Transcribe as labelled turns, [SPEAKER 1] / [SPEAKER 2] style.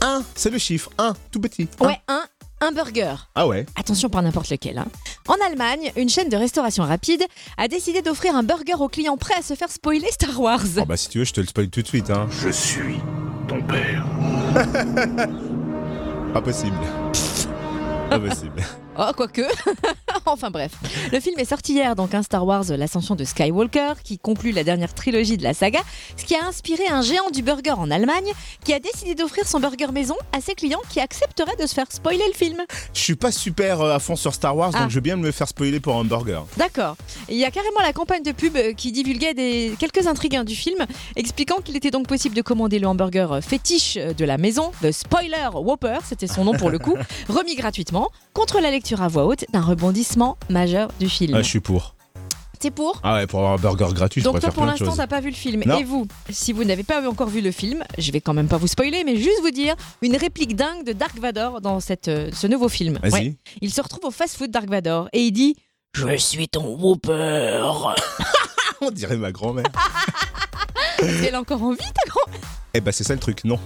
[SPEAKER 1] 1, c'est le chiffre 1, tout petit. Un.
[SPEAKER 2] Ouais, un, un burger.
[SPEAKER 1] Ah ouais.
[SPEAKER 2] Attention, pas n'importe lequel. hein. En Allemagne, une chaîne de restauration rapide a décidé d'offrir un burger aux clients prêts à se faire spoiler Star Wars.
[SPEAKER 1] Oh bah si tu veux, je te le spoil tout de suite. Hein.
[SPEAKER 3] Je suis ton père.
[SPEAKER 1] Pas possible. Pas possible.
[SPEAKER 2] Oh, quoique. enfin bref. Le film est sorti hier, donc un Star Wars, euh, l'ascension de Skywalker, qui conclut la dernière trilogie de la saga, ce qui a inspiré un géant du burger en Allemagne, qui a décidé d'offrir son burger maison à ses clients qui accepteraient de se faire spoiler le film.
[SPEAKER 1] Je suis pas super euh, à fond sur Star Wars,
[SPEAKER 2] Ah.
[SPEAKER 1] donc je veux bien me le faire spoiler pour un burger.
[SPEAKER 2] D'accord. Il y a carrément la campagne de pub euh, qui divulguait des... quelques intrigues hein, du film, expliquant qu'il était donc possible de commander le hamburger euh, fétiche euh, de la maison, The Spoiler Whopper, c'était son nom pour le coup, remis gratuitement, contre la lecture à voix haute d'un rebondissement majeur du film.
[SPEAKER 1] Ah, je suis pour.
[SPEAKER 2] T'es pour
[SPEAKER 1] Ah ouais, pour avoir un burger gratuit, je
[SPEAKER 2] donc toi
[SPEAKER 1] pourrais
[SPEAKER 2] pour
[SPEAKER 1] faire plein de
[SPEAKER 2] l'instant
[SPEAKER 1] choses.
[SPEAKER 2] t'as pas vu le film
[SPEAKER 1] Non.
[SPEAKER 2] et vous si vous n'avez pas encore vu le film je vais quand même pas vous spoiler mais juste vous dire une réplique dingue de Dark Vador dans cette, euh, ce nouveau film.
[SPEAKER 1] Vas-y.
[SPEAKER 2] Ouais. Il se retrouve au fast-food Dark Vador et il dit je suis ton Whopper.
[SPEAKER 1] On dirait ma grand-mère.
[SPEAKER 2] Elle a encore envie ta grand
[SPEAKER 1] eh bah c'est ça le truc, non.